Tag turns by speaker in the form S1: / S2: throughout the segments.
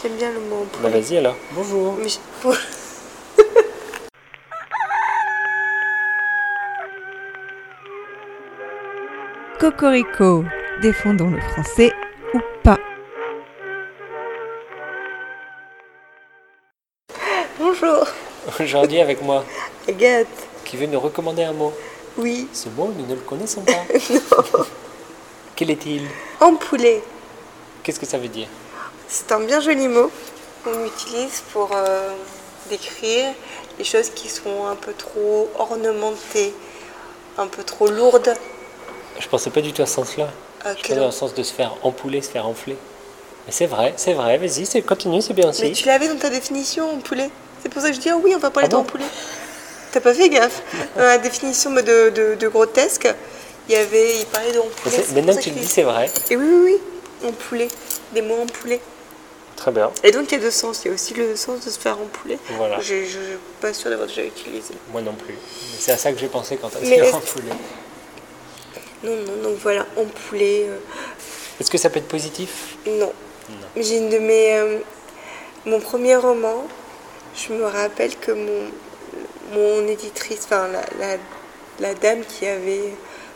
S1: j'aime bien le mot
S2: Bah
S1: brûler.
S2: vas-y alors. Bonjour.
S1: Mais je- pour-
S3: Cocorico, défendons le français ou pas.
S1: Bonjour,
S2: Aujourd'hui avec moi,
S1: Agathe.
S2: qui veut nous recommander un mot.
S1: Oui,
S2: Ce mot, nous ne le connaissons pas. Quel est-il
S1: en poulet.
S2: Qu'est-ce que ça veut dire
S1: C'est un bien joli mot qu'on utilise pour euh, décrire les choses qui sont un peu trop ornementées, un peu trop lourdes.
S2: Je pensais pas du tout à ce sens-là.
S1: Euh,
S2: Je
S1: que-
S2: pensais dans le sens de se faire empouler, se faire enfler. Mais c'est vrai, c'est vrai, vas-y, c'est- continue, c'est bien
S1: Mais
S2: aussi.
S1: tu l'avais dans ta définition en poulet. C'est pour ça que je dis ah oui, on va parler
S2: Ah bon
S1: d'en poulet. T'as pas fait gaffe. Dans la définition de, de- de grotesque, il y avait, il parlait de en
S2: Mais
S1: poulet.
S2: c'est-
S1: C'est
S2: Maintenant
S1: pour ça
S2: que tu le
S1: qu'il-
S2: dis, c'est vrai.
S1: Et oui, oui, oui, en poulet. Des mots en poulet.
S2: Très bien.
S1: Et donc il y a deux sens. Il y a aussi le sens de se faire empouler.
S2: Voilà.
S1: Je ne suis pas sûre d'avoir déjà utilisé.
S2: Moi non plus. Mais C'est à ça que j'ai pensé quand t'as
S1: Mais est-ce-
S2: empouler.
S1: Non, non, donc voilà, empouler. euh,
S2: Est-ce que ça peut être positif
S1: non.
S2: Non.
S1: J'ai une de mes. euh, mon premier roman, je me rappelle que mon, mon éditrice, enfin la, la- la dame qui avait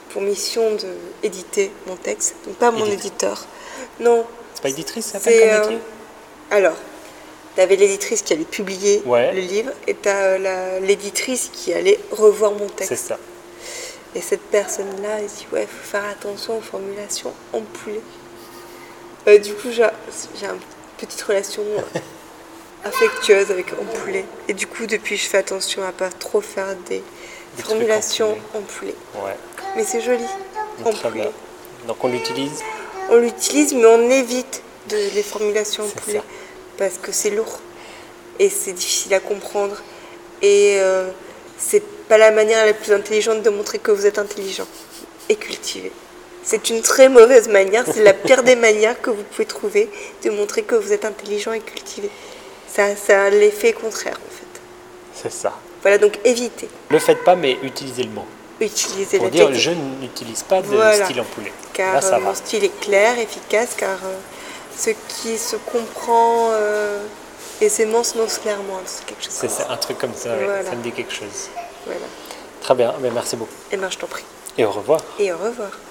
S1: pour mission de éditer mon texte, donc pas mon
S2: Édite.
S1: éditeur. Non.
S2: C'est pas éditrice, ça s'appelle
S1: C'est.
S2: comme
S1: euh,
S2: métier
S1: alors, t'avais l'éditrice qui allait publier
S2: Ouais.
S1: le livre et t'as euh, la- l'éditrice qui allait revoir mon texte.
S2: C'est ça.
S1: Et cette personne-là, elle dit Ouais, faut faire attention aux formulations en poulet. Euh, du coup, j'ai j'ai une petite relation affectueuse avec en poulet. Et du coup, depuis, je fais attention à pas trop faire des,
S2: Des trucs en
S1: formulations en poulet.
S2: Ouais.
S1: Mais c'est joli, en
S2: Très
S1: poulet.
S2: bien. Donc on l'utilise
S1: On l'utilise, mais on évite de, les formulations en
S2: C'est
S1: poulet
S2: ça.
S1: parce que c'est lourd et c'est difficile à comprendre. Et euh, c'est pas la manière la plus intelligente de montrer que vous êtes intelligent et cultivé. C'est une très mauvaise manière, c'est la pire des manières que vous pouvez trouver de montrer que vous êtes intelligent et cultivé. Ça, ça a l'effet contraire en fait.
S2: C'est ça.
S1: Voilà donc évitez,
S2: Le faites pas, mais utilisez le mot.
S1: utilisez
S2: Pour
S1: la
S2: dire,
S1: technique,
S2: je n'utilise pas de
S1: Voilà.
S2: style empouler.
S1: car
S2: Là, ça
S1: euh,
S2: va.
S1: mon style est clair, efficace, car euh, ce qui se comprend euh, aisément se lance clairement. hein, C'est quelque chose
S2: C'est
S1: comme
S2: ça, un truc comme ça, ouais.
S1: Voilà.
S2: ça me dit quelque chose.
S1: Voilà.
S2: Très bien, mais merci beaucoup.
S1: Et ben je t'en prie.
S2: Et au revoir.
S1: Et au revoir.